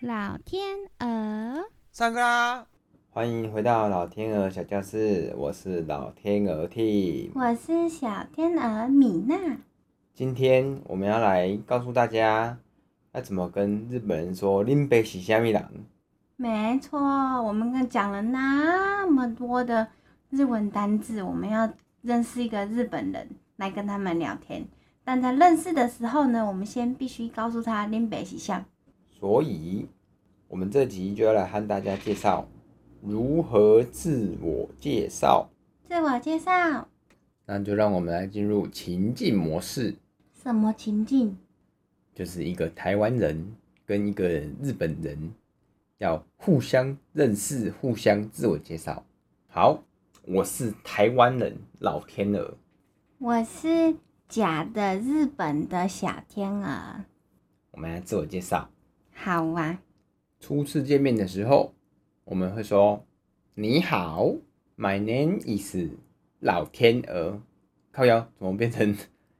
老天鹅，上课啦！欢迎回到老天鹅小教室，我是老天鹅 T。我是小天鹅米娜。今天我们要来告诉大家，要怎么跟日本人说“林北喜虾米郎没错，我们刚讲了那么多的日文单字，我们要认识一个日本人来跟他们聊天。但在认识的时候呢，我们先必须告诉他林北西向。”，所以我们这集就要来和大家介绍如何自我介绍。自我介绍，那就让我们来进入情境模式，什么情境？就是一个台湾人跟一个日本人要互相认识、互相自我介绍。好，我是台湾人，老天鹅。我是假的日本的小天鹅。我们来自我介绍。好啊，初次见面的时候，我们会说“你好，My name is 老天鹅”。靠腰怎么变成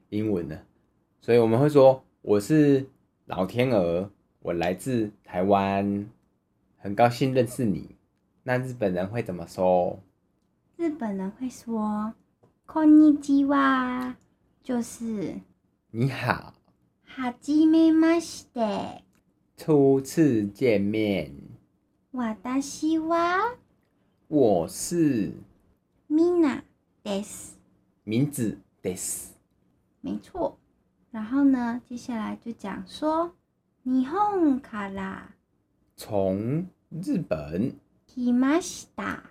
英文了？所以我们会说“我是老天鹅，我来自台湾，很高兴认识你”。那日本人会怎么说？日本人会说“こんにちは”，就是你好， “はじめまして”。初次见面，私は我是米娜です。名字 this。没错。然后呢，接下来就讲说日本から从日本来ました。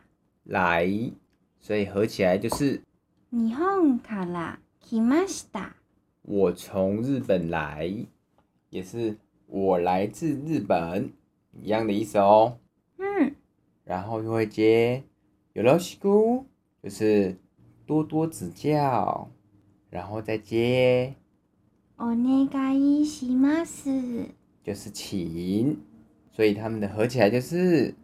来，所以合起来就是日本から来ました。我从日本来，也是我来自日本，一样的意思哦。嗯，然后就会接有ろしく，就是多多指教，然后再接お願いします。就是请，所以他们的合起来就是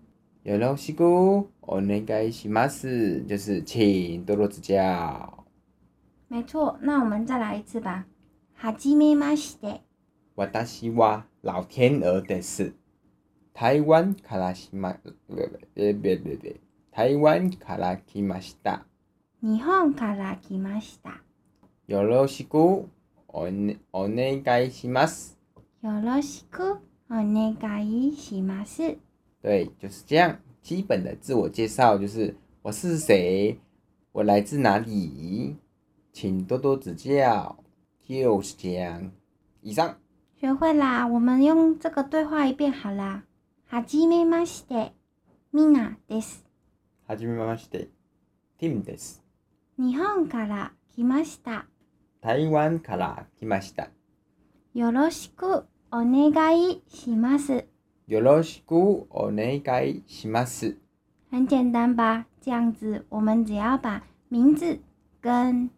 有ろしくお願いします，就是请多多指教。没错，那我们再来一次吧。はじめまして。私は老天鹅です。台湾からしま、え、べ、べ、べ、台湾から来ました。日本から来ました。よろしくお,、ね、お願いします。よろしくお願いします。对，就是这样。基本的自我介绍就是我是谁，我来自哪里，请多多指教。就是这样。以上，学会啦，我们用这个对话一遍好啦。はじめまして、みなです。はじめまして。Tim です。日本から来ました。台湾から来ました。よろしくお願いします。よろしくお願いします。很简单吧？这样子，我们只要把名字跟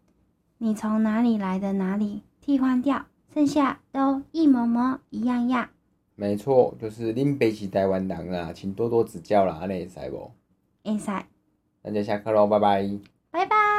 你从哪里来的哪里替换掉，剩下都一模模一样样。没错，就是恁北是台湾人啦，请多多指教啦，安尼会使无？会使，大家下课喽，拜拜。拜拜。